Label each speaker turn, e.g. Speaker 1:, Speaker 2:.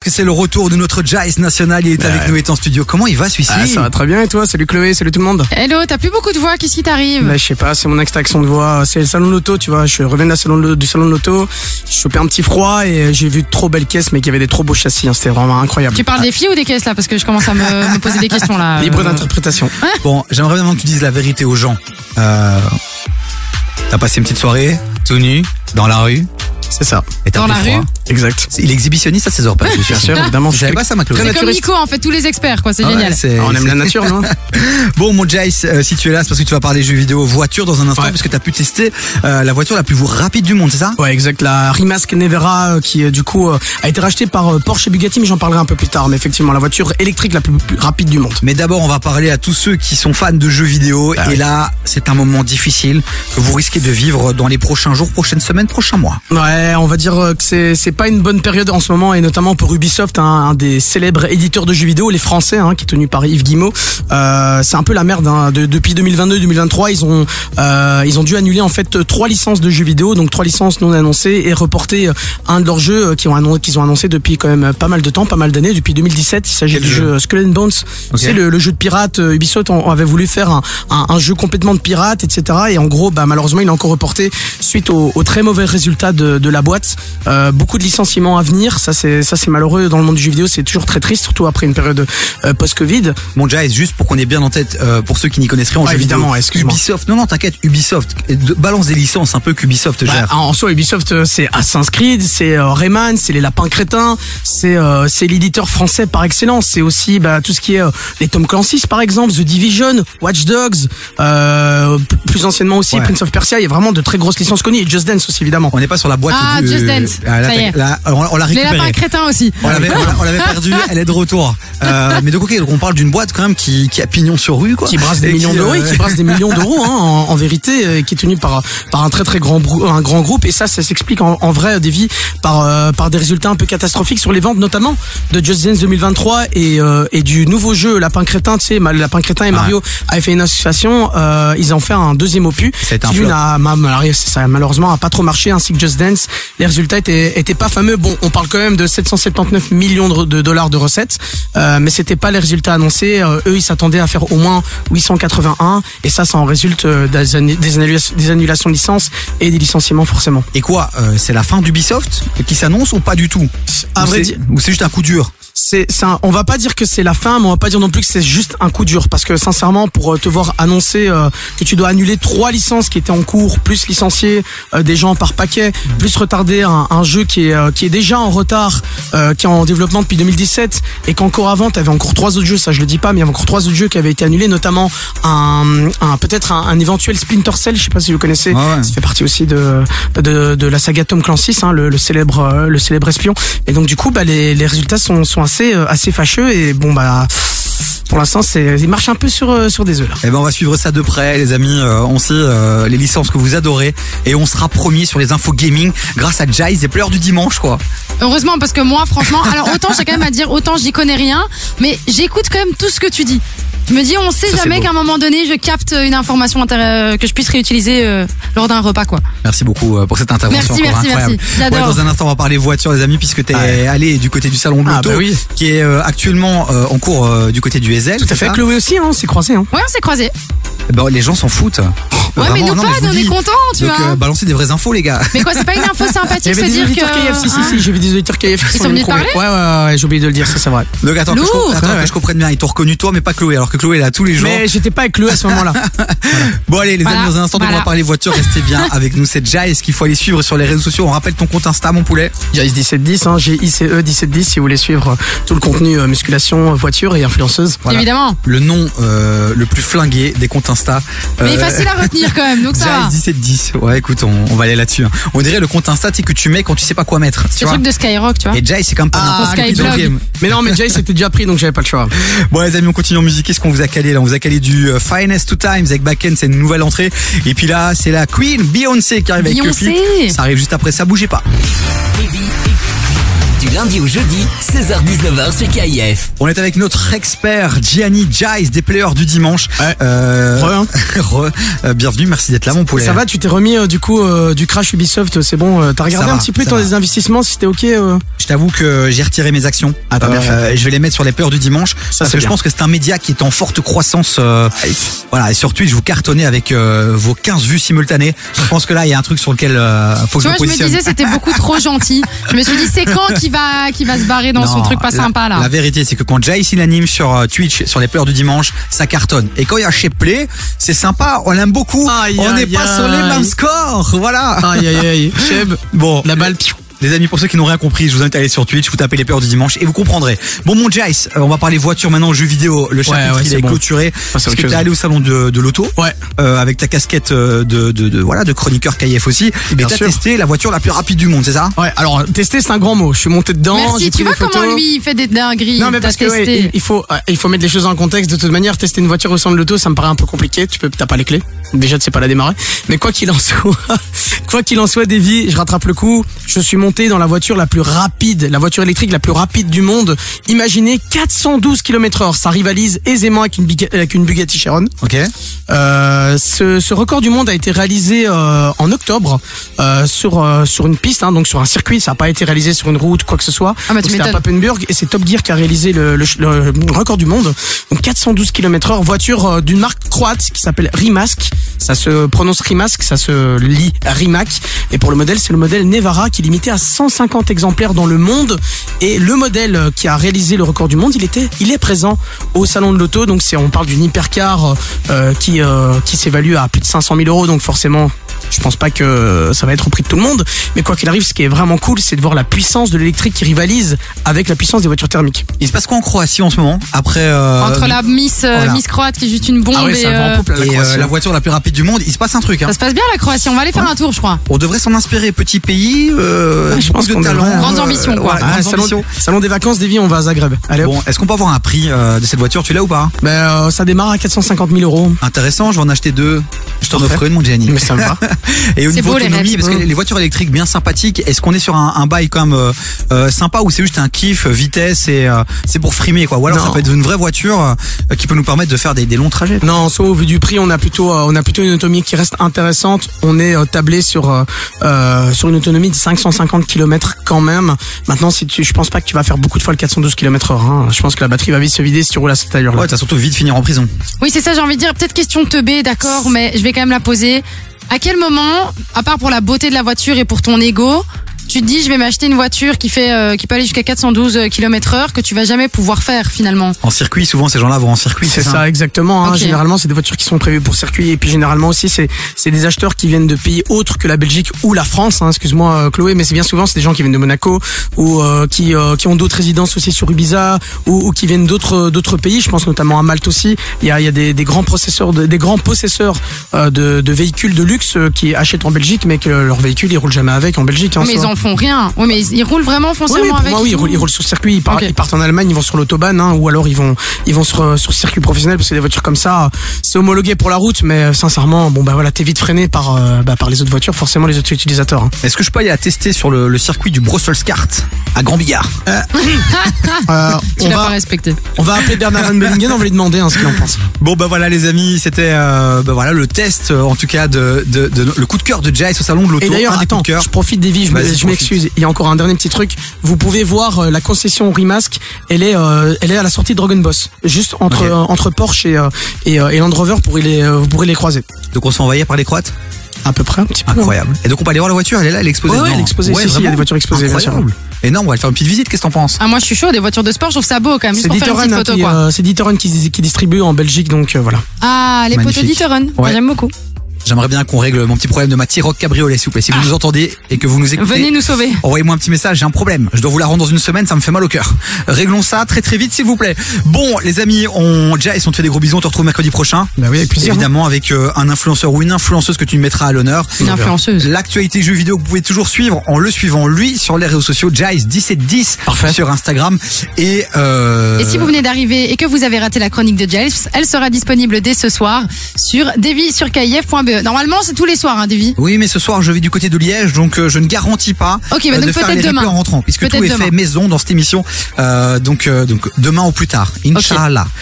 Speaker 1: que c'est le retour de notre Jace national. Il est
Speaker 2: Bah
Speaker 1: avec
Speaker 2: ouais.
Speaker 1: nous, il est en studio. Comment il va, celui-ci
Speaker 2: Ah, ça va très bien et toi Salut Chloé, salut tout le monde.
Speaker 3: Hello, t'as plus beaucoup de voix, qu'est-ce qui t'arrive
Speaker 2: Bah, je sais pas, c'est mon extraction de voix. C'est le salon de l'auto, tu vois. Je reviens de la salon de- du salon de l'auto. Je chopais un petit froid et j'ai vu de trop belles caisses, mais qu'il y avait des trop beaux châssis. hein. C'était vraiment incroyable.
Speaker 3: Tu parles des filles ou des caisses là Parce que je commence à me, me poser des questions là.
Speaker 2: Libre
Speaker 3: Euh,
Speaker 2: d'interprétation.
Speaker 1: Bon, j'aimerais vraiment que tu dises la vérité aux gens. Euh, t'as passé une petite soirée, tout nu, dans la rue,
Speaker 2: C'est ça.
Speaker 1: et t'as
Speaker 3: Dans
Speaker 1: pris
Speaker 3: la
Speaker 1: froid.
Speaker 3: rue
Speaker 2: Exact.
Speaker 1: Il est exhibitionniste à ses heures, pas
Speaker 2: Bien sûr, évidemment.
Speaker 1: J'avais pas ça, ma Chloé.
Speaker 2: Très
Speaker 3: C'est comme
Speaker 2: naturiste.
Speaker 3: Nico en fait, tous les experts quoi, c'est
Speaker 1: Ah ouais,
Speaker 3: génial.
Speaker 1: c'est-
Speaker 2: Ah, on aime la nature, non
Speaker 1: Bon, mon Jace, euh, si tu es là, c'est parce que tu vas parler jeux vidéo voiture dans un instant,
Speaker 2: Ouais.
Speaker 1: parce que t'as pu tester euh, la voiture la plus rapide du monde, c'est ça
Speaker 2: Ouais, exact. La Rimac Nevera euh, qui euh, du coup euh, a été rachetée par euh, Porsche et Bugatti, mais j'en parlerai un peu plus tard. Mais effectivement, la voiture électrique la plus, plus rapide du monde.
Speaker 1: Mais d'abord, on va parler à tous ceux qui sont fans de jeux vidéo.
Speaker 2: Bah
Speaker 1: et
Speaker 2: oui.
Speaker 1: là, c'est un moment difficile que vous risquez de vivre dans les prochains jours, prochaines semaines, prochains mois.
Speaker 2: Ouais, on va dire euh, que c'est c'est pas une bonne période en ce moment et notamment pour Ubisoft, hein, un des célèbres éditeurs de jeux vidéo, les Français, hein, qui est tenu par Yves Guillemot. Euh, c'est un peu la merde. hein. De- depuis 2022-2023, ils ont euh, ils ont dû annuler en fait euh, trois licences de jeux vidéo, donc trois licences non annoncées et reporter euh, un de leurs jeux euh, qu'ils ont annoncé, qu'ils ont annoncé depuis quand même euh, pas mal de temps, pas mal d'années, depuis 2017. Il s'agit
Speaker 1: Quel
Speaker 2: du
Speaker 1: jeu
Speaker 2: jeu euh, Skull and Bones.
Speaker 1: Ok.
Speaker 2: C'est le, le jeu de pirate. euh, Ubisoft on, on avait voulu faire un, un- un jeu complètement de pirate, etc. Et en gros, bah, malheureusement, il est encore reporté suite aux au très mauvais résultats de, de la boîte. Euh, beaucoup de licenciements à venir. Ça, c'est ça, c'est malheureux dans le monde du jeu vidéo. C'est toujours très triste, surtout après une période euh, post-Covid.
Speaker 1: Mon Jace, juste pour qu'on ait bien en tête, euh, pour ceux qui n'y connaissent rien en
Speaker 2: Ah,
Speaker 1: jeux
Speaker 2: évidemment,
Speaker 1: vidéo.
Speaker 2: excuse-moi.
Speaker 1: Ubisoft, non, non, t'inquiète, Ubisoft, euh, de- balance des licences un peu qu'Ubisoft
Speaker 2: Bah,
Speaker 1: gère.
Speaker 2: en soi, Ubisoft, euh, c'est Assassin's Creed, c'est euh, Rayman, c'est les Lapins Crétins, c'est euh, c'est l'éditeur français par excellence. C'est aussi bah, tout ce qui est euh, les Tom Clancy's par exemple, The Division, Watch Dogs, euh, p- plus anciennement aussi
Speaker 1: Ouais.
Speaker 2: Prince of Persia. Il y a vraiment de très grosses licences connues et Just Dance aussi évidemment.
Speaker 1: on n'est pas sur la boîte
Speaker 3: Ah,
Speaker 1: du-
Speaker 3: Just Dance.
Speaker 1: Ah, là,
Speaker 3: Ça y est.
Speaker 1: là, on, on l'a
Speaker 3: Les
Speaker 1: récupérée.
Speaker 3: lapins crétins aussi.
Speaker 1: On l'avait, on l'a- on l'avait perdu, elle est de retour. Euh, mais donc, ok, donc on parle d'une boîte quand même qui, qui a pignon sur rue, quoi.
Speaker 2: Qui brasse des
Speaker 1: Et
Speaker 2: millions d'euros,
Speaker 1: euh,
Speaker 2: oui, qui brasse des millions d'euros hein, en, en vérité, euh, et qui est tenu par par un très très grand brou- un grand groupe et ça ça s'explique en, en vrai des vies par euh, par des résultats un peu catastrophiques sur les ventes notamment de Just Dance 2023 et euh, et du nouveau jeu Lapin Crétin, tu sais, Ma- Lapin Crétin et Mario avaient fait une association, euh, ils ont fait un deuxième opus.
Speaker 1: Ça a été un
Speaker 2: qui, lui,
Speaker 1: flop.
Speaker 2: n'a- ma- ma- c'est ça, malheureusement a pas trop marché ainsi que Just Dance. Les résultats étaient étaient pas fameux. Bon, on parle quand même de 779 millions de, de dollars de recettes, euh, mais c'était pas les résultats annoncés. Euh, eux, ils s'attendaient à faire au moins 881 et ça ça en résulte euh, des, annu- des annulations, des annulations de licences et des licenciements forcément.
Speaker 1: Et quoi, euh, c'est la fin d'Ubisoft qui s'annonce ou pas du tout
Speaker 2: À
Speaker 1: Ou
Speaker 2: vrai
Speaker 1: c'est-
Speaker 2: dire-
Speaker 1: Ou c'est juste un coup dur
Speaker 2: c'est c'est un- on va pas dire que c'est la fin mais on va pas dire non plus que c'est juste un coup dur parce que sincèrement pour euh, te voir annoncer euh, que tu dois annuler trois licences qui étaient en cours plus licencier euh, des gens par paquet plus retarder un, un jeu qui est euh, qui est déjà en retard euh, qui est en développement depuis 2017 et qu'encore avant t'avais encore trois autres jeux ça je le dis pas mais il y avait encore trois autres jeux qui avaient été annulés notamment un, un peut-être un, un éventuel Splinter Cell je sais pas si vous connaissez
Speaker 1: Ouais, ouais.
Speaker 2: ça fait partie aussi de, de, de la saga Tom Clancy, hein, le, le célèbre euh, le célèbre espion. Et donc du coup, bah, les, les résultats sont, sont assez euh, assez fâcheux et bon bah pour l'instant, c'est ils marchent un peu sur euh, sur des œufs là.
Speaker 1: Eh ben on va suivre ça de près, les amis. Euh, on sait euh, les licences que vous adorez et on sera premier sur les infos gaming grâce à Jize et Pleurs du dimanche, quoi.
Speaker 3: Heureusement parce que moi franchement, alors autant j'ai quand même à dire, autant j'y connais rien, mais j'écoute quand même tout ce que tu dis. Je me dis, on sait
Speaker 1: Ça, c'est
Speaker 3: jamais
Speaker 1: beau.
Speaker 3: qu'à un moment donné, je capte une information intér- euh, que je puisse réutiliser euh, lors d'un repas quoi.
Speaker 1: Merci beaucoup euh, pour cette intervention
Speaker 3: Merci,
Speaker 1: encore
Speaker 3: merci,
Speaker 1: incroyable.
Speaker 3: merci. J'adore.
Speaker 1: Ouais, dans un instant, on va parler voiture, les amis, puisque t'es
Speaker 2: Ah Ouais.
Speaker 1: allé du côté du salon de
Speaker 2: Ah,
Speaker 1: l'auto,
Speaker 2: bah oui.
Speaker 1: qui est euh, actuellement euh, en cours euh, du côté du Ezel.
Speaker 2: Tout à fait. Chloé aussi, hein, on s'est croisés. Hein.
Speaker 3: Ouais, on s'est croisés.
Speaker 1: Ben, les gens s'en foutent.
Speaker 3: Ouais, mais
Speaker 1: Vraiment,
Speaker 3: nous
Speaker 1: non,
Speaker 3: pas,
Speaker 1: je vous
Speaker 3: on
Speaker 1: dis.
Speaker 3: est contents, tu
Speaker 1: Donc,
Speaker 3: vois.
Speaker 1: euh, balancez des vraies infos, les gars.
Speaker 3: Mais quoi, c'est pas une info
Speaker 2: Il y
Speaker 3: sympathique se
Speaker 2: avait des
Speaker 3: dire que.
Speaker 2: auditeurs KF, si, si,
Speaker 3: hein.
Speaker 2: si, j'ai vu des auditeurs KF qui
Speaker 3: Ils
Speaker 2: sont
Speaker 3: sont venus
Speaker 2: venus
Speaker 3: te
Speaker 2: Ouais, ouais, ouais, j'ai oublié de le dire, ça c'est vrai.
Speaker 1: Donc attends, que je,
Speaker 3: Lourd.
Speaker 1: comprenne- attends que je comprenne bien, ils t'ont reconnu toi, mais pas Chloé, alors que Chloé est là tous les jours.
Speaker 2: Mais j'étais pas avec Chloé à ce moment-là.
Speaker 1: Bon allez, les
Speaker 3: Voilà,
Speaker 1: amis, dans un instant, donc, on va
Speaker 3: voilà.
Speaker 1: parler voiture, restez bien avec nous, c'est Jai, est-ce qu'il faut aller suivre sur les réseaux sociaux On rappelle ton compte Insta, mon poulet.
Speaker 2: Jice 1710, hein, j'ai ICE 1710 si vous voulez suivre euh, tout le contenu euh, musculation, euh, voiture et influenceuse.
Speaker 1: Voilà.
Speaker 3: Ah, Évidemment.
Speaker 1: Le nom euh, le plus flingué des comptes Insta. Euh,
Speaker 3: Mais facile à retenir quand même, donc ça va.
Speaker 1: 1710. Ouais, écoute, on, on va aller là-dessus. hein. On dirait le compte Insta tu sais, que tu mets quand tu sais pas quoi mettre. Tu
Speaker 3: C'est le
Speaker 1: vois
Speaker 3: truc de Skyrock, tu vois.
Speaker 1: Et Jai, c'est comme pas
Speaker 2: Ah,
Speaker 1: n'importe quel
Speaker 3: Skyblog.
Speaker 1: game.
Speaker 2: Mais non, mais Jay c'était déjà pris donc j'avais pas le choix.
Speaker 1: Bon les amis, on continue en musique. Qu'est-ce qu'on vous a calé là On vous a calé du euh, Finest Two Times avec Backend, c'est une nouvelle entrée. Et puis là, c'est la Queen Beyoncé qui arrive avec
Speaker 3: Beyoncé.
Speaker 1: Cuffy. Ça arrive juste après ça, bougez pas.
Speaker 4: Du lundi au jeudi, 16h-19h sur KIF.
Speaker 1: On est avec notre expert Gianni Jice des players du dimanche.
Speaker 2: Ouais.
Speaker 1: Euh,
Speaker 2: Re, hein.
Speaker 1: re, euh, bienvenue, merci d'être là mon poulet.
Speaker 2: Ça va, tu t'es remis euh, du coup euh, du crash Ubisoft, euh, c'est bon, euh, t'as regardé
Speaker 1: Ça
Speaker 2: un
Speaker 1: va,
Speaker 2: petit peu
Speaker 1: ça
Speaker 2: ton
Speaker 1: va.
Speaker 2: des investissements, si c'était ok. euh,
Speaker 1: Je t'avoue que j'ai retiré mes actions. Euh,
Speaker 2: Ah, t'as bien fait.
Speaker 1: et je vais les mettre sur les players du dimanche.
Speaker 2: Ça,
Speaker 1: parce
Speaker 2: c'est
Speaker 1: que je
Speaker 2: bien.
Speaker 1: pense que c'est un média qui est en forte croissance. euh, voilà, et sur Twitch, vous cartonnez avec euh, vos 15 vues simultanées. Je pense que là, il y a un truc sur lequel euh, faut que je
Speaker 3: Tu vois,
Speaker 1: me
Speaker 3: je me
Speaker 1: positionne.
Speaker 3: disais c'était beaucoup trop gentil. Je me suis dit c'est quand qui va qui va se barrer dans son
Speaker 1: Non,
Speaker 3: truc pas
Speaker 1: la-
Speaker 3: sympa là.
Speaker 1: La vérité, c'est que quand Jace il anime sur euh, Twitch, sur les peurs du dimanche, ça cartonne. Et quand il y a chez Play, c'est sympa, on l'aime beaucoup.
Speaker 2: Aïe,
Speaker 1: on n'est
Speaker 2: aïe,
Speaker 1: pas sur les
Speaker 2: aïe.
Speaker 1: mêmes scores, voilà.
Speaker 2: Aïe aïe aïe, Cheb,
Speaker 1: Bon,
Speaker 2: la balle. piou.
Speaker 1: les amis, pour ceux qui n'ont rien compris, je vous invite à aller sur Twitch, vous tapez les peurs du dimanche et vous comprendrez. Bon, mon Jace, euh, on va parler voiture maintenant, jeux vidéo. Le chapitre
Speaker 2: ouais,
Speaker 1: il
Speaker 2: c'est
Speaker 1: est
Speaker 2: bon.
Speaker 1: clôturé.
Speaker 2: Passe à
Speaker 1: parce
Speaker 2: autre
Speaker 1: que t'es
Speaker 2: chose.
Speaker 1: allé au salon de, de l'auto
Speaker 2: Ouais.
Speaker 1: euh, avec ta casquette euh, de, de, de- voilà de chroniqueur KIF aussi. Et
Speaker 2: Bien
Speaker 1: t'as
Speaker 2: sûr.
Speaker 1: testé la voiture la plus rapide du monde, c'est ça
Speaker 2: Ouais, alors tester c'est un grand mot. Je suis monté dedans. j'ai pris
Speaker 3: Merci. Tu
Speaker 2: des
Speaker 3: vois comment
Speaker 2: photos.
Speaker 3: lui il fait des dingueries.
Speaker 2: Non mais
Speaker 3: t'as
Speaker 2: parce que ouais,
Speaker 3: testé.
Speaker 2: il- il faut euh, il faut mettre les choses en contexte. De toute manière, tester une voiture au centre de l'auto, ça me paraît un peu compliqué. Tu peux t'as pas les clés. Déjà, tu sais pas la démarrer. Mais quoi qu'il en soit, quoi qu'il en soit, Davy, je rattrape le coup. Je suis monté dans la voiture la plus rapide, la voiture électrique la plus rapide du monde. Imaginez 412 km/h. Ça rivalise aisément avec une, Biga- avec une Bugatti Chiron.
Speaker 1: Ok.
Speaker 2: Euh, ce, ce record du monde a été réalisé euh, en octobre euh, sur euh, sur une piste, hein, donc sur un circuit. Ça n'a pas été réalisé sur une route, quoi que ce soit.
Speaker 3: Ah bah,
Speaker 2: Donc,
Speaker 3: tu
Speaker 2: C'était à
Speaker 3: m'étonnes.
Speaker 2: Papenburg et c'est Top Gear qui a réalisé le, le ch- le record du monde. Donc 412 km/h, voiture euh, d'une marque croate qui s'appelle Rimac. Ça se prononce Rimac, ça se lit Rimac. Et pour le modèle, c'est le modèle Nevara qui est limité à 150 exemplaires dans le monde. Et le modèle qui a réalisé le record du monde, il était, il est présent au salon de l'auto. Donc c'est, on parle d'une hypercar euh, qui euh, qui s'évalue à plus de 500 000 euros. Donc forcément, je pense pas que ça va être au prix de tout le monde. Mais quoi qu'il arrive, ce qui est vraiment cool, c'est de voir la puissance de l'électrique qui rivalise avec la puissance des voitures thermiques.
Speaker 1: Il se passe quoi en Croatie en ce moment après euh,
Speaker 3: Entre la Miss euh,
Speaker 1: voilà.
Speaker 3: Miss croate qui est juste une bombe
Speaker 2: Ah ouais,
Speaker 3: et
Speaker 2: c'est un grand
Speaker 3: euh,
Speaker 2: couple, la
Speaker 1: et, euh,
Speaker 2: Croatie. hein.
Speaker 1: la voiture la plus rapide du monde, il se passe un truc. Hein.
Speaker 3: ça se passe bien la Croatie. On va aller faire un tour, je crois.
Speaker 1: On devrait s'en inspirer, petit pays, euh,
Speaker 2: Ah, je
Speaker 1: beaucoup
Speaker 2: pense
Speaker 1: de
Speaker 2: qu'on
Speaker 1: talent,
Speaker 2: devrait, hein.
Speaker 3: Grandes ambitions, quoi.
Speaker 1: voilà,
Speaker 2: Ah,
Speaker 1: grandes
Speaker 2: salon,
Speaker 1: ambitions.
Speaker 2: salon des vacances, Davy, on va à Zagreb. Allez, hop.
Speaker 1: Bon, est-ce qu'on peut avoir un prix euh, de cette voiture Tu l'as ou pas
Speaker 2: Ben, euh, ça démarre à 450 000 euros.
Speaker 1: Intéressant, je vais en acheter deux. Je t'en
Speaker 2: Parfait.
Speaker 1: offre une, mon Gianni.
Speaker 2: Mais ça me va.
Speaker 1: Et au
Speaker 3: C'est
Speaker 1: niveau
Speaker 3: beau, les
Speaker 1: autonomie,
Speaker 3: rêves,
Speaker 1: parce que
Speaker 3: c'est beau.
Speaker 1: les voitures électriques bien sympathiques, est-ce qu'on est sur un, un bail comme euh, euh, sympa ou c'est juste un kiff, euh, vitesse et euh, c'est pour frimer quoi Ou alors ça
Speaker 2: Non.
Speaker 1: peut être une vraie voiture euh, qui peut nous permettre de faire des, des longs trajets.
Speaker 2: Non, soit au vu du prix, on a plutôt, euh, on a plutôt une autonomie qui reste intéressante. On est euh, tablé sur euh, euh, sur une autonomie de 550 km quand même. Maintenant, si tu, je pense pas que tu vas faire beaucoup de fois le 412 km/h. hein. Je pense que la batterie va vite se vider si tu roules à cette allure-là.
Speaker 1: Ouais, t'as surtout vite finir en prison.
Speaker 3: Oui, c'est ça, j'ai envie de dire. Peut-être question teubée, d'accord, mais je vais quand même la poser. À quel moment, à part pour la beauté de la voiture et pour ton ego, tu te dis je vais m'acheter une voiture qui fait euh, qui peut aller jusqu'à 412 km/h que tu vas jamais pouvoir faire finalement.
Speaker 1: En circuit, souvent ces gens-là vont en circuit,
Speaker 2: C'est ça, exactement. hein.
Speaker 3: Ok.
Speaker 2: Généralement, c'est des voitures qui sont prévues pour circuit. Et puis, généralement aussi, c'est c'est des acheteurs qui viennent de pays autres que la Belgique ou la France. hein. Excuse-moi, euh, Chloé, mais c'est bien souvent, c'est des gens qui viennent de Monaco ou euh, qui, euh, qui ont d'autres résidences aussi sur Ibiza ou, ou qui viennent d'autres euh, d'autres pays. Je pense notamment à Malte aussi. Il y a, il y a des, des grands processeurs, de- des grands possesseurs euh, de, de véhicules de luxe euh, qui achètent en Belgique, mais que leur véhicule, ils roulent jamais avec en Belgique. hein,
Speaker 3: mais
Speaker 2: soit.
Speaker 3: ils en font rien. Oui, mais ils, ils roulent vraiment
Speaker 2: Oui,
Speaker 3: foncièrement
Speaker 2: oui, pour
Speaker 3: avec.
Speaker 2: moi, oui, ils roulent, ils roulent sur circuit, ils, partent-
Speaker 3: Ok.
Speaker 2: ils partent en Allemagne, ils vont sur l'autobahn, hein, ou alors ils vont, ils vont sur, euh, sur circuit professionnel, parce que des voitures comme ça, euh, c'est homologué pour la route, mais euh, sincèrement, bon, bah voilà, t'es vite freiné par, euh, bah, par les autres voitures, forcément les autres utilisateurs. hein.
Speaker 1: Est-ce que je peux aller la tester sur le, le circuit du Brussels Kart à Grand Bigard
Speaker 2: Euh,
Speaker 3: Tu
Speaker 2: on,
Speaker 3: l'as pas
Speaker 2: va,
Speaker 3: respecté.
Speaker 2: on va appeler Bernard Van Bellingen, on va lui demander hein, ce qu'il en pense.
Speaker 1: Bon bah voilà les amis, c'était euh, bah voilà le test euh, en tout cas de, de, de- le coup de cœur de Jace au salon de l'auto.
Speaker 2: Et
Speaker 1: un
Speaker 2: d'ailleurs,
Speaker 1: des
Speaker 2: attends,
Speaker 1: coups de cœur.
Speaker 2: je profite des vies, je me-
Speaker 1: Vas-y,
Speaker 2: je m'excuse. Il y a encore un dernier petit truc. Vous pouvez voir euh, la concession Rimask. Elle est, euh, elle est à la sortie de Dragon Boss, juste entre
Speaker 1: Ok.
Speaker 2: euh, entre Porsche et euh, et, euh, et Land Rover pour les, euh, vous pourrez les croiser.
Speaker 1: Donc on se fait envahir par les Croates.
Speaker 2: À peu près, un petit peu. hein.
Speaker 1: Incroyable. Et donc on peut aller voir la voiture, elle est là, elle est exposée.
Speaker 2: Ouais, ouais,
Speaker 1: dedans.
Speaker 2: elle est exposée, si, si, il y a
Speaker 1: vraiment.
Speaker 2: des voitures exposées, bien sûr.
Speaker 1: Incroyable. Énorme, on va aller faire une petite visite, qu'est-ce que t'en penses
Speaker 3: Ah moi je suis chaud des voitures de sport, je trouve ça beau quand même.
Speaker 2: C'est
Speaker 3: Juste pour faire une
Speaker 2: Ditoren hein,
Speaker 3: petite photo
Speaker 2: qui,
Speaker 3: quoi.
Speaker 2: euh, c'est Ditoren qui, qui distribue en Belgique, donc euh, voilà.
Speaker 3: Ah les poteaux
Speaker 1: Magnifique.
Speaker 3: d'Itoren,
Speaker 1: Ouais.
Speaker 3: j'aime beaucoup.
Speaker 1: J'aimerais bien qu'on règle mon petit problème de ma T-Roc cabriolet, s'il vous plaît. Si vous nous entendez et que vous Ah. nous écoutez.
Speaker 3: Venez nous sauver.
Speaker 1: Envoyez-moi un petit message, j'ai un problème. Je dois vous la rendre dans une semaine, ça me fait mal au cœur. Réglons ça très très vite, s'il vous plaît. Bon, les amis, on, Jace, on te fait des gros bisous, on te retrouve mercredi prochain.
Speaker 2: Bah oui, avec plaisir.
Speaker 1: Évidemment, avec euh, un influenceur ou une influenceuse que tu mettras à l'honneur.
Speaker 3: Une influenceuse.
Speaker 1: L'actualité jeux vidéo que vous pouvez toujours suivre en le suivant lui sur les réseaux sociaux Jace1710
Speaker 2: Parfait.
Speaker 1: sur Instagram et euh,
Speaker 3: Et si vous venez d'arriver et que vous avez raté la chronique de Giles, elle sera disponible dès ce soir sur devisurkif.be. TBE. E. Normalement, c'est tous les soirs, hein, Davy.
Speaker 1: Oui, mais ce soir, je vais du côté de Liège, donc euh, je ne garantis pas
Speaker 3: Ok, bah
Speaker 1: euh,
Speaker 3: donc
Speaker 1: de faire les
Speaker 3: peut-être
Speaker 1: replays
Speaker 3: demain.
Speaker 1: en rentrant, puisque tout
Speaker 3: Peut-être
Speaker 1: est
Speaker 3: demain.
Speaker 1: fait maison dans cette émission. Euh, donc, euh, donc demain ou plus tard, Inch'Allah.